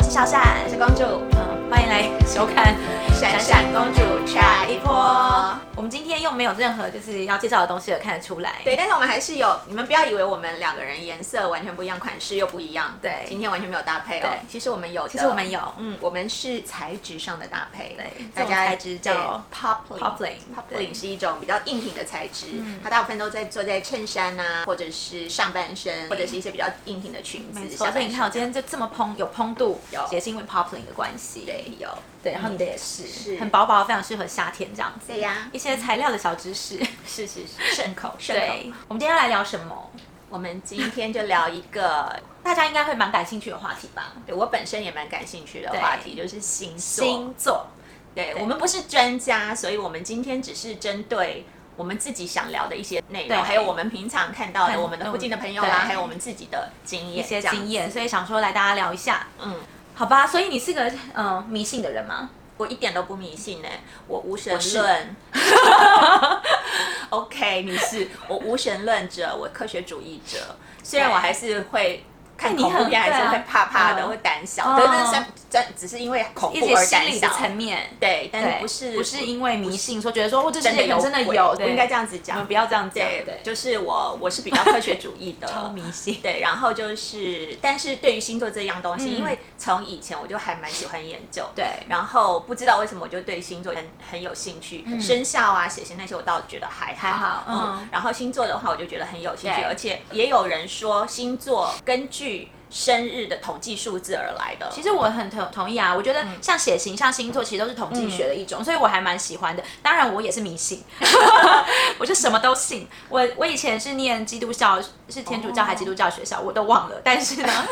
闪闪公主，嗯、欢迎来收看闪闪公主闪一波。我们今天又没有任何就是要介绍的东西了，看得出来。对，但是我们还是有，你们不要以为我们两个人颜色完全不一样，款式又不一样。对今天完全没有搭配哦对。其实我们有的，其实我们有嗯，我们是材质上的搭配。对大这种家材质叫 poplin。嗯 poplin，对嗯 poplin 是一种比较硬挺的材质，它大部分都在做在衬衫啊，或者是上半身，或者是一些比较硬挺的裙子没。下错，半所以你身看我今天就这么蓬，有蓬度有，也是因为 poplin 的关系。对有对，然后你的也是，是很薄薄，非常适合夏天这样子。对呀一些材料的小 知识。是是是顺口顺对口。，我们今天要来聊什么？我们今天就聊一个大家应该会蛮感兴趣的话题吧？对我本身也蛮感兴趣的话题，就是星座。星座。对我们不是专家，所以我们今天只是针对我们自己想聊的一些内对容，还有我们平常看到的看我们的附近的朋友啦，对还有我们自己的经一验，些这样经验，所以想说来大家聊一下，嗯，好吧？所以你是个嗯、呃迷信的人吗？我一点都不迷信呢、欸我无神我是论。OK，你 是我无神论者，我科学主义者。虽然对我还是会看你恐怖很片，还对是啊会怕怕的，嗯会胆小哦的，但是三但只是因为恐一怖些而心胆理的小。层面，对，但是对不是不是因为迷信说觉得说哦这世真的界有有真的鬼有，我对应该这样子我讲们不。要这样讲，对，就就是我我是比较科学主义 的，超迷信。对，然后就是，但是对于星座这样东西，嗯因为从以前我就还蛮喜欢研究，对然后不知道为什么我就对星座很很有兴趣，生肖啊、血型那些我倒觉得还还好嗯，嗯然后星座的话我就觉得很有兴趣，对而且也有人说星座根据生日的统计数字而来的，其实我很同同意啊，我觉嗯得像血型、像星座，其实都是统计学的一种，所以我还蛮喜欢的。当然，我也是迷信， 我就什么都信。我我以前是念基督教，是天主教还是基督教学校，我都忘了。但是呢，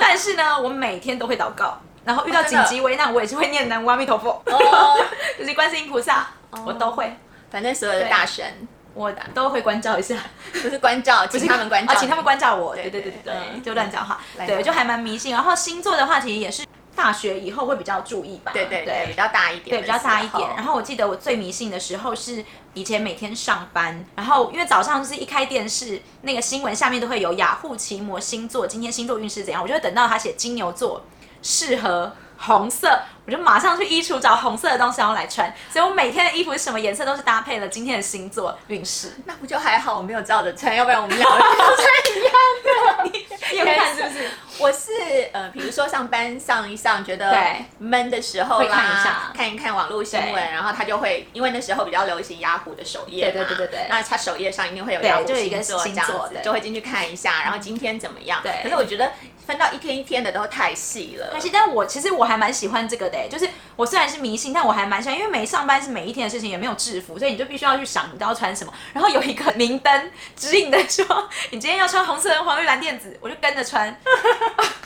但是呢，我每天都会祷告，然后遇到哦真紧的急危难，我也是会念南无阿弥陀佛，哦，就是观世音菩萨，我都会， 反正所有的对大神我都会关照一下。不是关照，请他们关照啊你，请他们关照我。对对对对对对对，嗯就乱讲话。乱对，讲就还蛮迷信。然后星座的话，其实也是大学以后会比较注意吧。对对对，比对。较大一点对，的比时候，较大一点。然后我记得我最迷信的时候是以前每天上班，然后因为早上就是一开电视，那个新闻下面都会有雅虎奇摩星座今天星座运势怎样，我就会等到他写金牛座适合红色，我就马上去衣橱找红色的东西然后来穿。所以我每天的衣服是什么颜色都是搭配了今天的星座 运势。那不就还好？我没有照着穿，要不然我们 两个就穿一样的。你有看是不是？我是呃，比如说上班上一上，觉得对闷的时候会啦，看一下看一看网络新对闻，然后他就会，因为那时候比较流行雅虎的首页嘛，对对对对对那他首页上一定会有对雅虎就有一个星座这星样座子对，就会进去看一下，然后今天怎么样？对可是我觉得分到一天一天的都太细了但。是，但我其实我还蛮喜欢这个的、欸就是我虽然是迷信，但我还蛮喜欢，因为没上班是每一天的事情，也没有制服，所以你就必须要去想你都要穿什么。然后有一个明灯指引的说，你今天要穿红色跟黄绿蓝靛紫，我就跟着穿，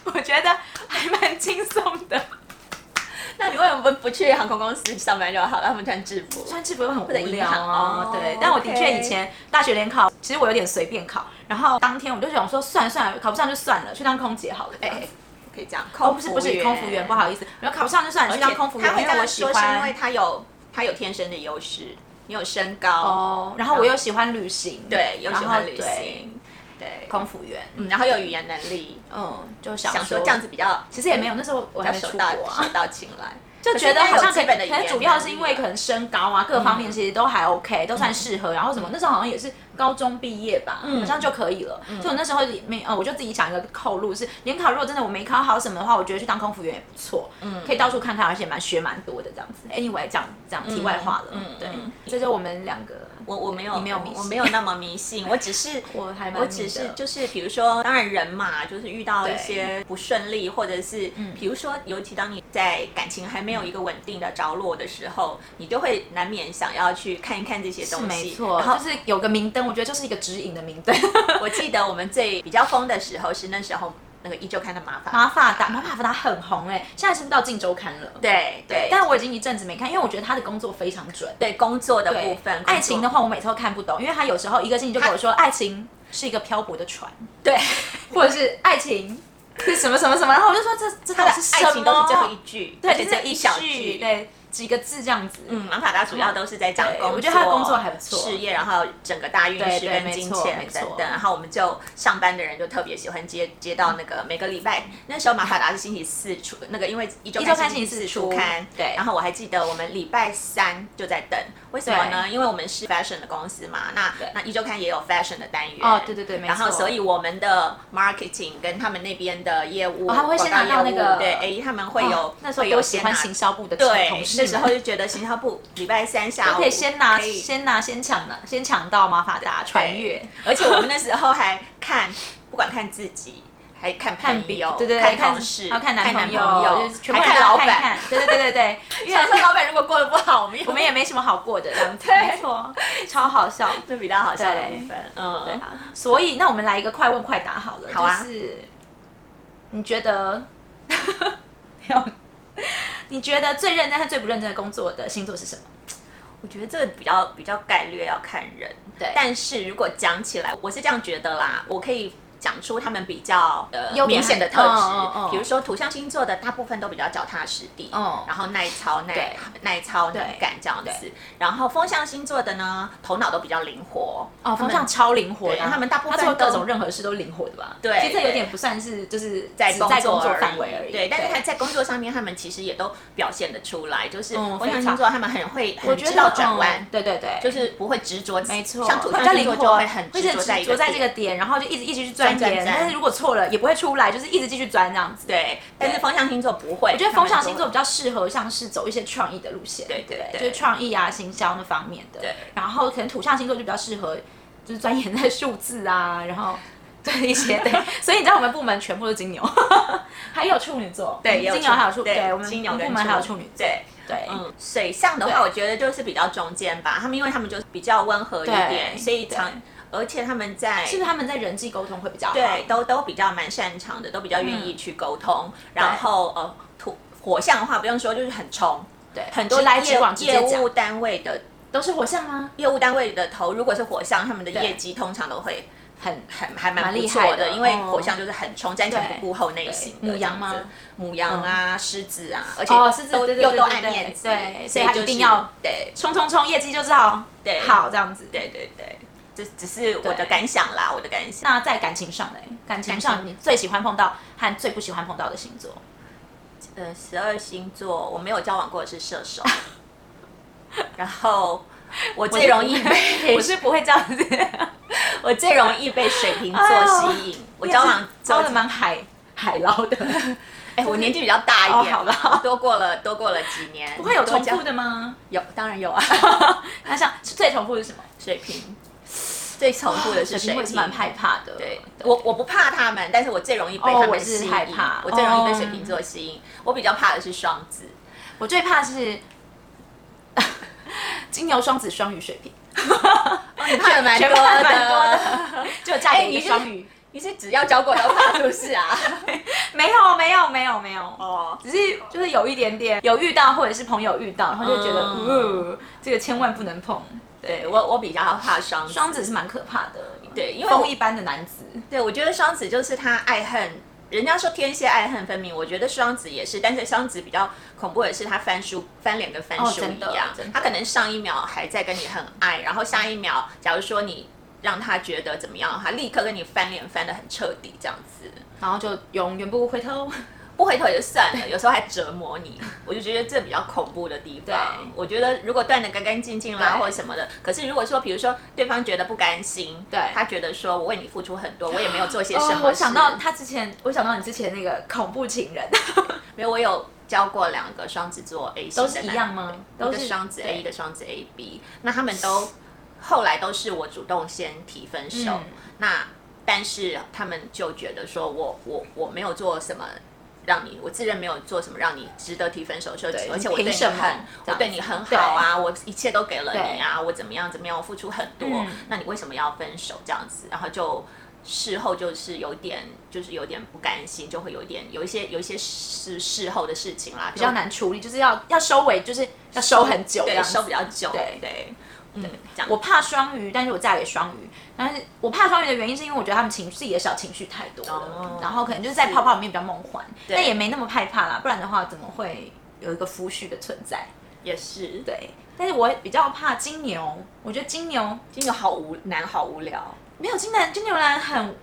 我觉得还蛮轻松 的。那你为什么不不去航空公司上班就好了？他们穿制服，穿制服会很无者银聊行啊，哦 对。但我的确 OK 以前大学联考，其实我有点随便考，然后当天我就想说，算了算了，考不上就算了，去当空姐好了。哎、可以这样。哦，不是不是空服员，不好意思，然后考不上就算了，去当空服员他，会因这为样我喜说是因欢为。他有他有天生的优势，你有身高，哦，然后我又喜欢旅行，对，有然喜后欢旅对，行，对，空服员，嗯，然后有语言能力，嗯，就想想说这样子，比较其实也没有，那时候我比还较没出手国到啊，手到擒来，就觉得好像可以，基本的语可言能力是啊，主要是因为可能身高啊各方面其实都还 OK，都算适合，然后什么那时候好像也是高中毕业吧，好像就可以了，所以我那时候也没呃，我就自己想一个扣路是联考，如果真的我没考好什么的话，我觉得去当空服员也不错，可以到处看看，而且蛮学蛮多的这样子。Anyway，讲讲题外话了嗯嗯，对嗯，这就是我们两个，我我没有你没有迷信我没有那么迷信，我只是我还蛮我迷只是的就是比如说，当然人嘛，就是遇到对嗯一些不顺利，或者是比如说，尤其当你在感情还没有一个稳定的着落的时候，你就会难免想要去看一看这些是东西。没错，然后就是有个明灯，我觉得就是一个指引的明灯。我记得我们最比较疯的时候是那时候那个依旧看的 麻烦。马法达，马法达很红哎、现在是不是到《镜周刊》了？对对，但我已经一阵子没看，因为我觉得他的工作非常准。对工作的部对分，爱情的的话我每次都看不懂，因为他有时候一个星期就跟我说，爱情是一个漂泊的船，对， 或者是爱情 是什么什么什么，然后我就说这这他到的底是什么？哦爱情都是最后一句，对，而且就只有是一一小句句，对。几个字这样子。嗯，玛卡达主要都是在讲对工作，我觉得他的工作还不错事业，然后整个大运对势对跟没金错钱没等错等。然后我们就上班的人就特别喜欢接接到那个每个礼拜，那时候玛卡达是星期四出那个，因为一周一周刊刊星期星期四四出出刊，对然后我还记得我们礼拜三就在等，为什么对呢？因为我们是 fashion 的公司嘛，那对那一周刊也有 fashion 的单元哦对对对没然后错所以我们的 marketing 跟他们那边的业务，哦他们会先拿到广告业务那个对 A，他们会有、哦那时候会有有喜先欢拿行销部的对，同事那们，时候就觉得行销部礼拜三下都午可以先拿可以先拿先抢了，先抢到马法达穿越，而且我们那时候还看，不管看自己。还看看朋比友，对对对，看同事，还有看男看男朋友，友就是，全部还人看都要老看一看板。，对对对 对对，因为想说老板如果过得不好，我们我们也没什么好过的，这样子，对没错，超 好笑。这比较好笑的对部分。嗯，对啊，所以那我们来一个快问快答好了，好啊就是你觉 得，你觉得最认真和最不认真的工作的星座是什么？我觉得这个比较比较概率要看人，对但是如果讲起来，我是这样觉得啦，我可以讲出他们比较呃优点明显的特质，哦哦哦比如说土象星座的大部分都比较脚踏实地，哦然后耐操耐对耐操耐对干这样子，然后风象星座的呢，头脑都比较灵活，哦，他风们向超灵活的对啊，他们大部分他做各都种任何事都灵活的吧？对其实这对有点不算是就是在只工在作工作而范已围而已。对，但是他在工作上面，他们其实也都表现得出来，就是嗯风象非星常座他们很会，我很觉知得道转嗯弯，对对对，就是不会执着，没错，像土比象较星灵座活，就会很会执着在一着在这点个点，然后就一直一直去钻钻研，钻但是如果错了也不会出来，就是一直继续钻这样子。对，但是对风象星座不会。我觉得他风们象就星座比较适合像是走一些创意的路线，对对对就是创意啊、行销那方面的。对，然后可能土象星座就比较适合，就是钻研在数字啊，然后 对一些对。所以你知道我们部门全部都是金牛， 还有处女座，对，也有金牛还有处，对，我们金牛我们跟部门还有处女座，对。对，嗯，水象的话，对我觉得就是比较中间吧。他们因为他们就是比较温和一对点，所以常，而且他们在是不是他们在人际沟通会比较好？嗯对都都比较蛮擅长的，都比较愿意去沟通。然后呃，土火象的话不用说，就是很冲，对，很多直来业直往直业接讲务，单位的都是火象吗？业务单位的头，如果是火象，他们的对业绩通常都会很很还蛮蛮不厉错害的，嗯的因为哦火象就是很冲，瞻前不顾后那一型的对母羊吗这样子母羊啊，狮子啊，而且哦狮子都对对又对都对爱对面子，对所所以以他就是一定要对冲冲冲，业绩就是好，对好这样子。对对对，这只是我的感想啦，我的感想。那在感情上呢？感情感上你最喜欢碰到和最不喜欢碰到的星座？呃，十二星座我没有交往过的是射 手，然后我最容易被我是不会这样子， 我最容易被水瓶座吸引，我交往 交交的蛮海海捞 的，哎，我年纪比较大一点，哦好吧，多过了多过了几年，不会有重复多交的吗？有，当然有啊。 那像最重复的是什么？水瓶，最重复的是水水瓶我也瓶。是蛮害怕的。对，我我不怕他们，但是我最容易被他哦我们是吸引。害怕我最容易被哦水瓶座吸引。我比较怕的是双子，我最怕是 金牛、双子、双鱼、水瓶，哦你怕的蛮全多部还蛮多的。 的，就嫁给一哎你个是双鱼。你是只要交过都怕是不是 啊？没有，没有，没有，没有。哦，只是就是有一点点有遇到，或者是朋友遇到，然后就觉得，嗯嗯、这个千万不能碰。对我我比较怕双子。双子是蛮可怕的，对因为我风一般的男子，对，我觉得双子就是他爱恨。人家说天蝎爱恨分明，我觉得双子也是，但是双子比较恐怖的是他翻书翻脸跟翻哦书真一的样，真的他可能上一秒还在跟你很爱，然后下一秒，假如说你让他觉得怎么样，他立刻跟你翻脸翻得很彻底，这样子然后就永远不回头。不回头也就算了，有时候还折磨你，我就觉得这比较恐怖的地方对。我觉得如果断得干干净净啦，对或者什么的，可是如果说比如说对方觉得不甘心，对他觉得说我为你付出很多，我也没有做些什么哦事，，我想到他之前，我想到你之前那个恐怖情 人，因为我有交过两个双子座 A 型都的是男一样吗？都都是是双子 A，一对个双子 AB，那他们都后来都是我主动先提分手，嗯那但是他们就觉得说我我我没有做什么。让你，我自认没有做什么让你值得提分手的事，对而且我对凭你什么很，这我样对你很好啊，我一切都给了你对啊，我怎么样怎么样，我付出很多，嗯那你为什么要分手这样子？然后就事后就是有点，就是有点不甘心，就会有点有一些有一些事事后的事情啦，比较难处理，就是要要收尾，就是要收很久这对，样子收比较久，对对，嗯，这样我怕双鱼，但是我嫁给双鱼，但是我怕双鱼的原因是因为我觉得他们情自己的小情绪太多了，哦然后可能就是在泡泡里面比较梦幻，对但也没那么害怕啦，不然的话怎么会有一个夫婿的存在？也是，对，但是我比较怕金牛，我觉得金牛金牛好无难，好无聊。没有金男金牛男很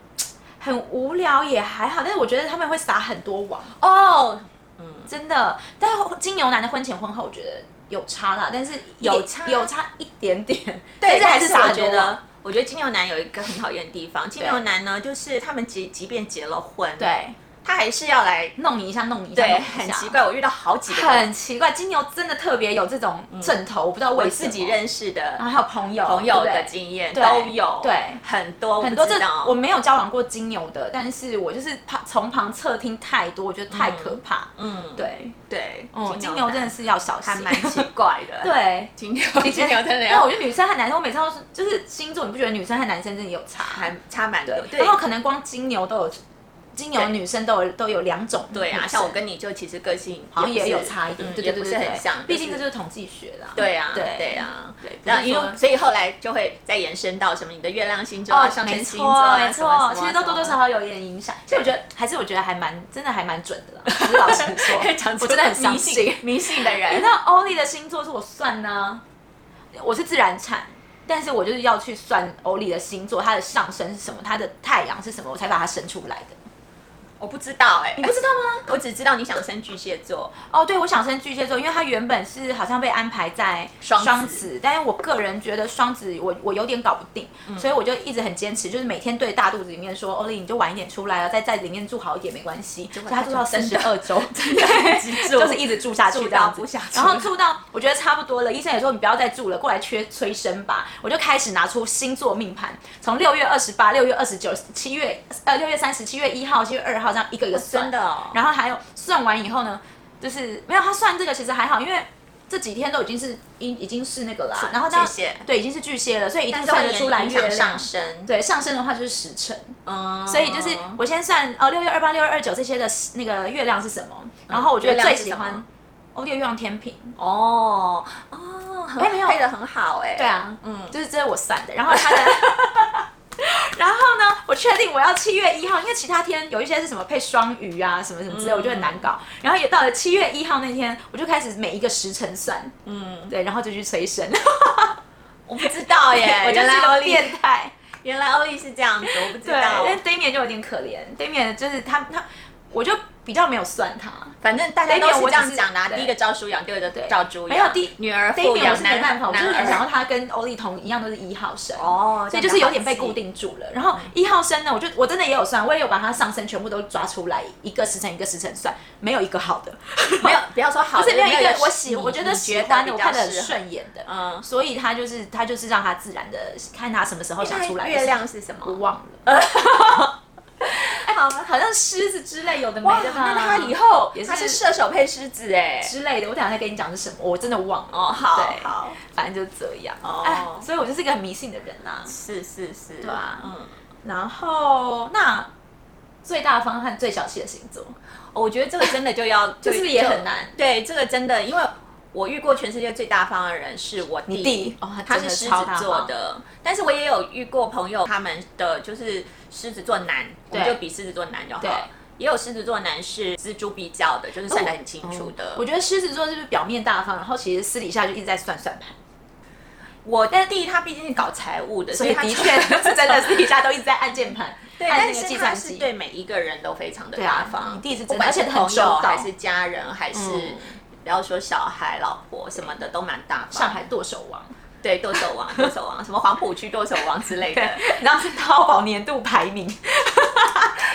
很无聊也还好，但是我觉得他们会撒很多网，哦，嗯，真的。但是金牛男的婚前婚后，我觉得有差啦，但是一有点差有差一点点，对，但是还是撒我很多觉网得。。我觉得金牛男有一个很讨厌的地方，金牛男呢，就是他们即即便结了婚，，对，他还是要来，弄你一下，弄你一下，对，弄你一下很奇，怪，我遇到好几个，很奇怪。金牛真的特别有这种阵头，我不知道我为什么自己，认识的然后还有朋友朋友对不的对经验对都有，对很多很多我不这知道我没有交往过金牛的，但是我就是旁从旁侧听太多，我觉得太可怕。嗯，对，对，哦，金牛真的男是要小心啊还。蛮奇怪 的，， 对，金牛金以前牛真的 因为我要觉得女生和男生，我每次都是就是星座，你不觉得女生和男生真的有差？还差蛮多，对然后可能光金牛都有，金牛对女生都有都有两种女生。对啊，像我跟你就其实个性好像也不有是差一点，嗯对也不对对是对很对像，毕竟就是这就是统计学啦。对啊，对对啊对，然后不是因说为所以后来就会再延伸到什么你的月亮星座啊、哦，上没升星座错啊，没什么错，其实都多 多少。什么，少有一点影响。其实我觉得还是我觉得还蛮真的还蛮准的啦，只是老实说 讲出我真的很迷相信信。迷信的你知人，道欧丽的星座是我算呢，我是自然产，但是我就是要去算欧丽的星座，她的上升是什么，她的太阳是什么，我才把它生出来的。我不知道哎你，不知道吗？我只知道你想生巨蟹座，哦，对，我想生巨蟹座，因为它原本是好像被安排在双子子，但是我个人觉得双子我我有点搞不定，嗯所以我就一直很坚持，就是每天对大肚子里面说，欧丽你就晚一点出来了，啊在在里面住好一点没关系，所果以他他住就到真三的 十二周，真一直住就是一直住下去住这样到子不想出然后住到我觉得差不多了，医生也说你不要再住了，过来缺催生吧。我就开始拿出星座命盘，从六月二十八、六月二十九、七月呃六月三十、七月一号、七月二号这样一个一个算。真的哦然后还有算完以后呢，就是没有他算这个其实还好，因为这几天都已经是已已经是那个啦，然后这样巨蟹对已经是巨蟹了，所以一定但是算会得影出来影月响亮上。升，对上升的话就是时辰，嗯，所以就是我先算哦，六月二八、六月二九这些的那个月亮是什么？然后我觉月得亮最是喜什么欢欧弟的月亮天平，哦哦，哎没有配的很好哎，对啊，嗯嗯，就是这是我算的。然后他的， 然后呢，我确定我要七月一号，因为其他天有一些是什么配双鱼啊，什么什么之类，我就很难搞。然后也到了七月一号那天，我就开始每一个时辰算，嗯，对，然后就去催生。我不知道耶， 我就是原来个欧丽变态。原来欧丽是这样子，我不知对，道。但 Damian 就有点可怜，Damian 就是他他，我就比较没有算他。反正大家都是这样讲的、啊，对第一个照书养，第二个照猪养。没有第女儿富 Damian 我养，是没男办法，我就是很男想儿要他跟欧丽彤一样都是一号生。哦，所以就是有点被固。定住了。然嗯后一号生呢，我就我真的也有算，我也有把它上升全部都抓出来，一个时辰一个时辰算，没有一个好的，没有，不要说好不的，是没有一个我喜，你我觉得你喜觉欢得的，我比看较得很适合。顺眼的，嗯，所以他就是他就是让他自然的看他什么时候想出来。月亮是什我么？忘了， 哎，好好像狮子之类有的没哇，的吧？那他以后也是他是射手配狮子哎。之类的，我等一下再跟你讲是什么，我真的忘了。哦，好欸对好，反正就这样，哦哎，所以我就是一个很迷信的人啦、是是是，对啊嗯，然后那最大方和最小气的星座，哦我觉得这个真的就要， 这是不是也就很难对，这个真的，因为我遇过全世界最大方的人是我弟，你弟哦他他是真的狮子超大座方的，但是我也有遇过朋友，他们的就是狮子座男，我们对就比狮子座男就对好。也有狮子座男是锱铢必较的，就是算得很清楚的。我觉得狮子座是不是表面大方，然后其实私底下就一直在算算盘，我的弟他毕竟是搞财务的，所所以以他的确 是真的私底下都一直在按键盘，对，按但那个是计他算是机。对每一个人都非常的对啊大方，你弟是不真的管而且是很朋周友到还是家人，还是嗯不要说小孩、老婆什么的，都蛮大方上的。海剁手王，对，剁手王、剁手王，什么黄浦区剁手王之类的。 然后是淘宝年度排 名，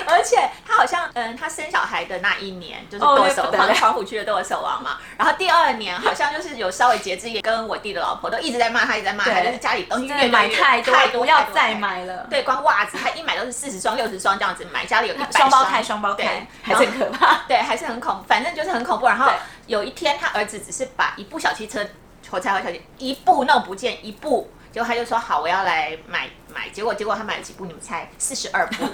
而且他好像，嗯，他生小孩的那一年就是哦剁那手不得王，了黄浦区的剁手王嘛。然后第二年好像就是有稍微节制一点，跟我弟的老婆都一直在骂他，一直在骂他，对就是家里东西真越的买越太多，太不要再。太多买了。对，光袜子他一买都是四十双、六十双这样子买，家里有一百双胞胎，双胞对胎还然是后很可怕。 对，还是很恐，反正就是很恐怖。然后对有一天，他儿子只是把一部小汽车，火柴盒小汽一部弄不见一部，结果他就说好，我要来买买。结果结果他买了几部？你们猜？四十二 部，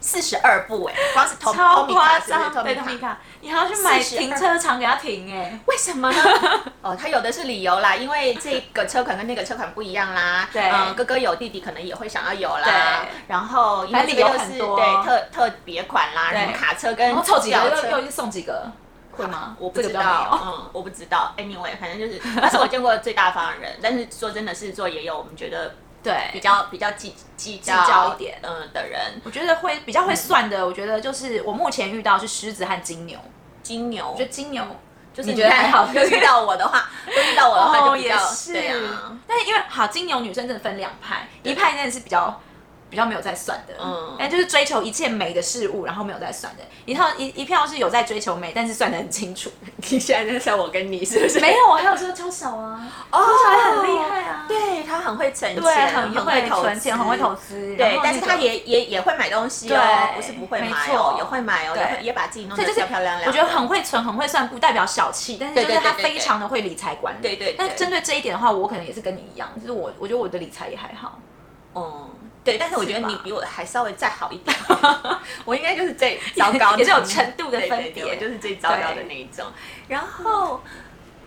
四十二部哎、光是偷超偷米卡夸是不是张，偷米对，托米卡？卡，你还要去买42停车场给他停哎，为什么呢？ 哦，他有的是理由啦，因为这个车款跟那个车款不一样啦。对嗯，哥哥有，弟弟可能也会想要有啦。对然后因为反这正个理由又很是多对特特别款啦，对什么卡车跟然后凑几个轿又车又又送几个，会吗？啊我不知这个比较没有道，嗯，我不知道。Anyway，反正就是，他是我见过最大方的 人。但是说真的，狮子座也有我们觉得 对，比较比较计计较计较一点嗯的人。我觉得会比较会算的，我觉得就是我目前遇到是狮子和金牛，哦金牛，我觉得金牛就是你觉得还好就 遇到我的话，就遇到我的呃话就比较、对对啊啊，但是因为好金牛女生真的分两派，一派真的是比较比较没有在算的，嗯嗯，但就是追求一切美的事物，然后没有在算的，一套一一票是有在追求美，但是算的很 清楚，你现在在说我跟你是不 是？没有，我还有这个秋嫂啊，哦，秋嫂也哦很厉害啊，对他很会存钱，对，很很会投存钱，很会投资。资，然对，后但是那他个也也也会买东西哦，对不是不会没买哦，错也会买哦，也对会也把自己弄所得以就是漂漂亮亮的。我觉得很会存、很会算，不代表小气，但是就是对对对他对对非常的会理财管理。对对对但针对这一点的话，我可能也是跟你一样，就是我我觉得我的理财也还好。嗯，对，但是我觉得是吧你比我还稍微再好一 点，我应该就是最糟糕的，也是有程度的对对分别对我就是最糟糕的那一种。然后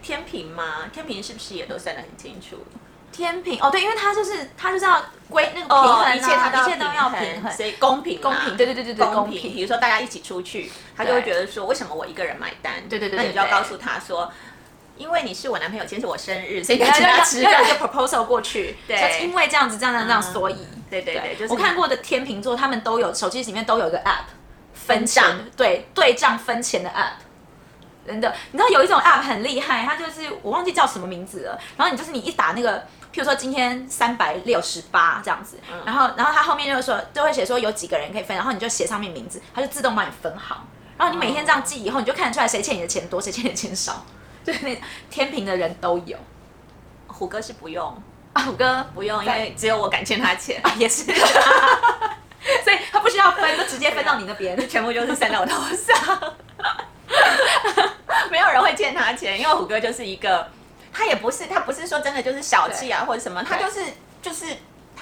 天平嘛，天平是不是也都算得很清楚？天平哦，对，因为他就是他就是要归那个平衡、啊哦，一切他一都切都要要平衡。所以公平嘛公平对对对对对公公平比如说大家一起出去，他就会对觉得说，为什么我一个人买单？对对对那你对就要对告诉他说。因为你是我男朋友，今天是我生日，所以你然要请后要他吃要饭 有一。个 proposal 过去，对就是因为这样子，这样这样这样，嗯所以对对对就是我看过的天秤座，他们都有手机里面都有一个 app 分账钱，对对账分钱的 app。真的，你知道有一种 app 很厉害，它就是我忘记叫什么名字了。然后你就是你一打那个，譬如说今天三百六十八这样子，嗯然后然后它后面就说就会写说有几个人可以分，然后你就写上面名字，它就自动帮你分好。然后你每天这样记以后，你就看得出来谁欠你的钱多，谁欠你的钱少。 就是那天平的人都有。虎哥是不用，啊，虎哥不用，因为只有我敢欠他钱， 啊，也是，所以他不需要分，就直接分到你那边。全部就是算到我头上，没有人会欠他钱，因为虎哥就是一个，他也不是他不是说真的就是小气啊或者什么，他就是就是。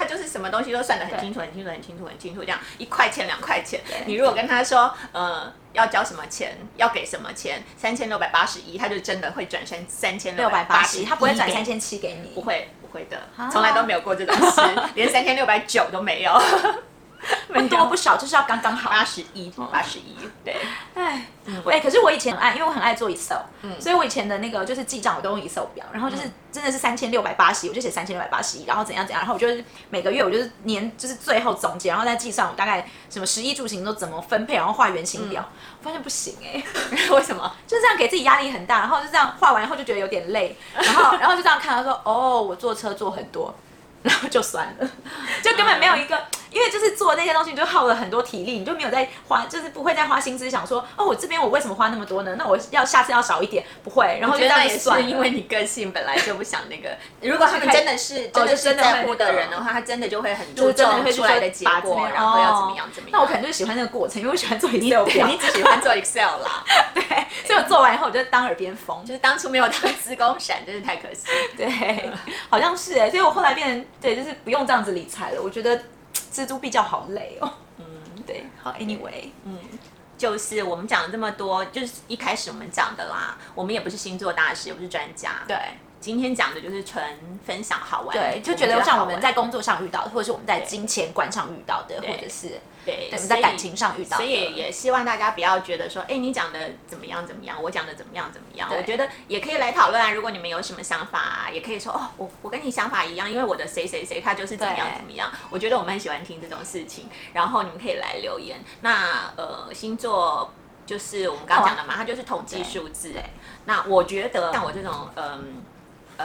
他就是什么东西都算得很清楚，很清楚，很清楚，很清楚，这样一块钱两块钱。你如果跟他说，呃，要交什么钱，要给什么钱，三千六百八十一，他就真的会转三三千六六百百八八十，十，他不会转三，千七给你，不不。会不会的啊，从来都没有过这种 事，连三千六百九都没有，不多不少，就是要刚刚好。八十一，八十一，对。哎，哎、可是我以前很爱，因为我很爱做 Excel，、所以嗯我以前的那个就是记账，我都用 Excel 表，然后就是真的是三千六百八十，我就写三千六百八十一，然后怎样怎样，然后我就是每个月我就是年就是最后总结，然后再计算我大概什么食衣住行都怎么分配，然后画圆形表，嗯我发现不行哎、 为什么？就这样给自己压力很大，然后就这样画完以后就觉得有点累，然后 然后就这样看，他说哦，我坐车坐很多， 然后就算了， 就根本没有一个，因为就是做那些东西，你就耗了很多体力，你就没有在花，就是不会再花心思想说哦，我这边我为什么花那么多呢？那我要下次要少一点，不会，然后我就觉得这样也就是算了因为你个性本来就不想那 个。如果他们真的是就真开的始是在乎哦就真的会的人的话，他真的就会很就注真的重会去出来说的结把这果，边然后要怎么哦样怎么样。那我啊可能就喜欢那个过程，因为我喜欢做 Excel 对 表你，只喜欢做 Excel 啦， 对，所以我做完以后我就当耳边风，就是当初没有当自工闪，真是太可惜。 对，好像是哎，所以我后来变成对，就是不用这样子理财了。我觉得蜘蛛比较好累哦。嗯，对，好，anyway，就是我们讲了这么多，就是一开始我们讲的啦，我们也不是星座大师，也不是专家，对今天讲的就是纯分享好玩，对，就觉得像我们好玩欸在工作上遇到的，或者是我们在金钱观上遇到的，对或者是对对我们所在以感情上遇到所的，以也希望大家不要觉得说，哎，你讲的怎么样怎么样，我讲的怎么样怎么样。对我觉得也可以来讨论啊，如果你们有什么想法啊，也可以说哦，我我跟你想法一样，因为我的谁谁谁他就是怎么样对怎么样。我觉得我们很喜欢听这种事情，然后你们可以来留言。那呃，星座。就是我们刚刚讲的嘛，它就是统计数字。哎，那我觉得像我这种嗯嗯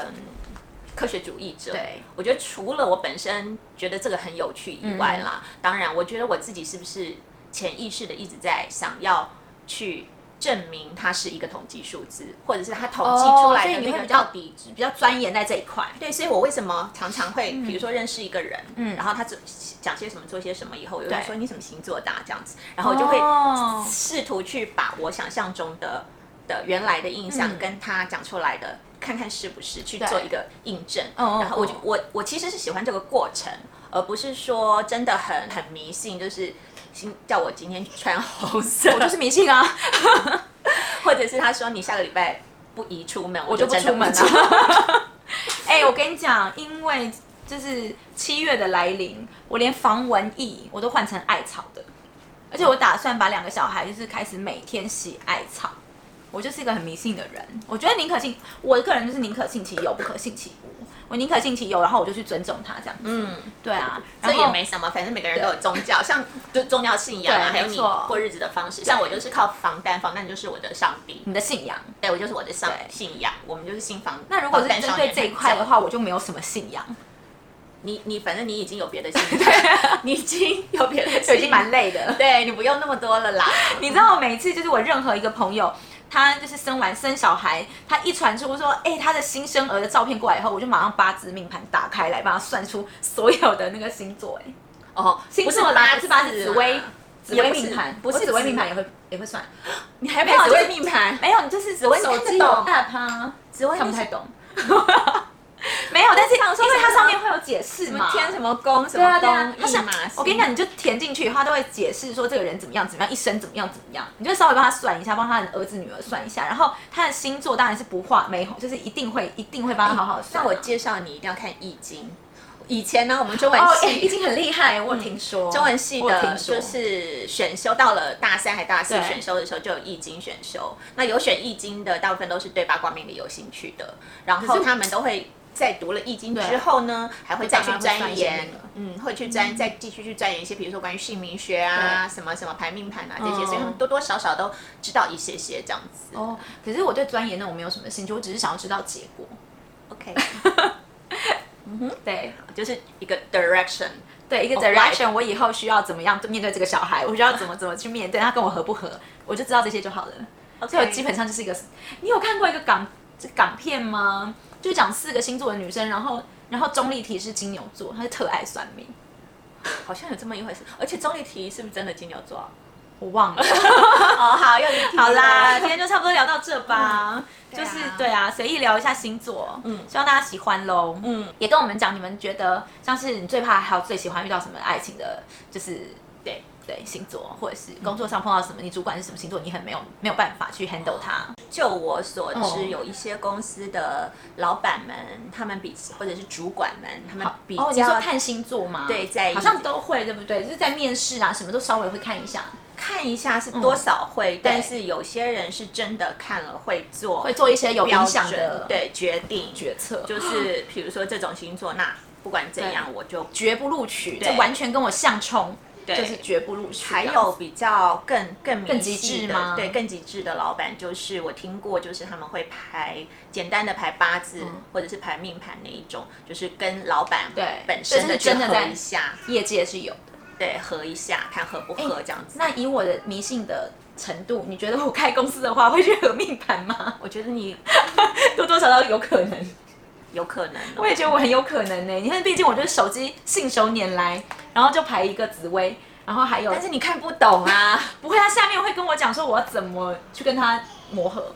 科学主义者，对我觉得除了我本身觉得这个很有趣以外嗯啦，当然，我觉得我自己是不是潜意识的一直在想要去证明它是一个统计数字，或者是它统计出来哦所以的你会那比个较到底比较钻研在这一块。对，所以我为什么常常会，比如说认识一个人，嗯然后他做讲些什么，做些什么，以后有对人说你什么星座的、啊、这样子，然后我就会哦试图去把我想象中的的原来的印象嗯跟他讲出来的，看看是不是去对做一个印证。嗯嗯然后我就嗯我我其实是喜欢这个过程，而不是说真的很很迷信，就是今叫我今天穿红色，我就是迷信啊， 或者是他说你下个礼拜不宜出门，我就就不真的出门啊出门了。哎、我跟你讲，因为就是七月的来临，我连防蚊液我都换成艾草的，而且我打算把两个小孩就是开始每天洗艾草。我就是一个很迷信的人，我觉得宁可信，我个人就是宁可信其有，不可信其无。我宁可信其有，然后我就去尊重他这样子。嗯，对啊，这 然也后没什么，反正每个人都有宗教，像就宗教信仰啊，对还有没你错过日子的方式。像我就是靠防弹，防弹就是我的上帝，你的信仰。对我就是我的上对信仰，我们就是信防。那如果是防弹针少对年这一很块的久，话，我就没有什么信仰，你你反正你已经有别的信仰，你已经有别的信啊就仰，已经蛮累的。对你不用那么多了啦。你知道，每次就是我任何一个朋友，他就是生完生小孩，他一传出说，哎、他的新生儿的照片过来以后，我就马上八字命盘打开来，帮他算出所有的那个星座、哎，哦，星不是座啦，八是字八字紫微嘛，紫也微不是命盘，不我是紫微紫命盘也会也会算，你还没没有有紫就是微啊命盘，没有，你就是紫微手看机得懂有 app 啊，紫微看不命太盘懂。 没有，但是因为它上面会有解释什嘛么，天什么宫什对啊么对东啊，它驿想马，我跟你讲，你就填进去以后，他都会解释说这个人怎么样怎么样，一生怎么样怎么样，你就稍微帮他算一下，帮他的儿子女儿算一下，然后他的星座当然是不画没红，就是一定会一定会帮他好好算那啊。我介绍你一定要看《易经》。以前呢，我们中文哦，哎系、已经很厉害，我有听说中文系哦我有的听说就是选修，到了大三还大四对选修的时候就有易经选修。那有选易经的，大部分都是对八卦命理有兴趣的，然可后是他们都会。在读了易经对之后呢，还会再去会把它钻算一些研那个，嗯，会去钻，再继续去钻研一些，比如说关于姓名学啊，什么什么排命盘啊这些，嗯所以他们多多少少都知道一些些这样子。哦，可是我对钻研那种没有什么兴趣，我只是想要知道结果。 OK，对 就是一个 direction。对，一个 Of life direction，我以后需要怎么样面对这个小孩，我需要怎么怎么去面对他跟我合不合，我就知道这些就好了。所以我基本上就是一个，你有看过一个港这港片吗？就讲四个星座的女生，然后然后钟丽缇是金牛座，她是特爱算命，好像有这么一回事，而且钟丽缇是不是真的金牛 座啊？我忘了。哦， 好，要你好啦，今天就差不多聊到这吧，啊嗯就是对啊对啊，随意聊一下星座，嗯嗯，希望大家喜欢喽，嗯，嗯，也跟我们讲你们觉得像是你最怕还有最喜欢遇到什么爱情的，就是对，对星座，或者是工作上碰到什么，你主管是什么星座，你很没有没有办法去 handle 它。就我所哦知，有一些公司的老板们，他们比或者是主管们，他们比哦，你说较看星座吗？对在意好像都会，对不对？就是在面试啊，什么都稍微会看一下，看一下是多少会，但嗯对是有些人是真的看了会做，会做一些有影响的对决定，决策，就是比如说这种星座，那不管怎样我就绝不录取，对这完全跟我相冲，对就是绝不录取。还有比较更更明更极细致的吗对，更极致的老板，就是我听过，就是他们会排简单的排八字、或者是排命盘那一种，就是跟老板嗯对本身这的是去真的合在一下，业界是有的。对，合一下看合不合这样子。哎那以我的迷信的程度，你觉得我开公司的话会去合命盘吗？我觉得你 多多少少有可能。有可能、哦我也觉得我很有可能呢、你看，毕竟我就是手机信手拈来，然后就排一个紫薇，然后还有，但是你看不懂啊。不会，他下面会跟我讲说我要怎么去跟他磨合，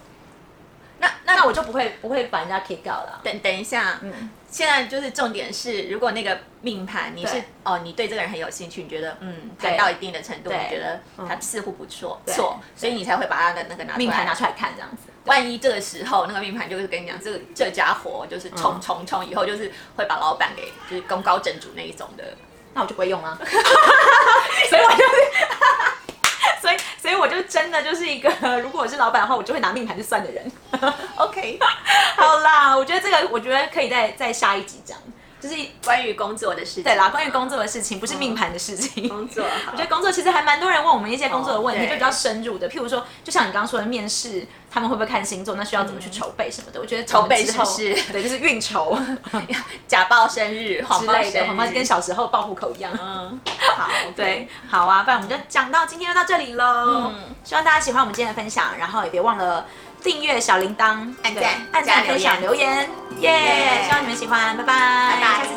那那那我就不会不会把人家 kick out 了。等等一下，嗯现在就是重点是，如果那个命盘你是对哦，你对这个人很有兴趣，你觉得嗯，对谈到一定的程度，对你觉得他嗯似乎不错，对错，所以你才会把他的那个拿出来命盘拿出来看这样子。万一这个时候那个命盘就是跟你讲，这个这家伙就是冲嗯冲冲，以后就是会把老板给就是功高震主那一种的。那我就不会用 啊。所以我就是，所以所以我就 真的就是一个，如果我是老板的话，我就会拿命盘去算的人。 OK，好啦，我觉得这个我觉得可以再再下一集讲，就是关于工作的事情，对啦，关于工作的事情，不是命盘的事情。工作好，我觉得工作其实还蛮多人问我们一些工作的问题，嗯哦对就比较深入的，譬如说，就像你刚刚说的面试，他们会不会看星座，那需要怎么去筹备什么的。我觉得筹备是不是 对，就是运筹假报生日、谎之报类生的，日，好像跟小时候报户口一样。啊嗯，好，对，，好啊，不然我们就讲到今天就到这里喽。嗯希望大家喜欢我们今天的分享，然后也别忘了订阅小铃铛、按赞对按赞、加分留言享、留言，耶！耶希望你们喜欢，拜拜，拜拜下次见。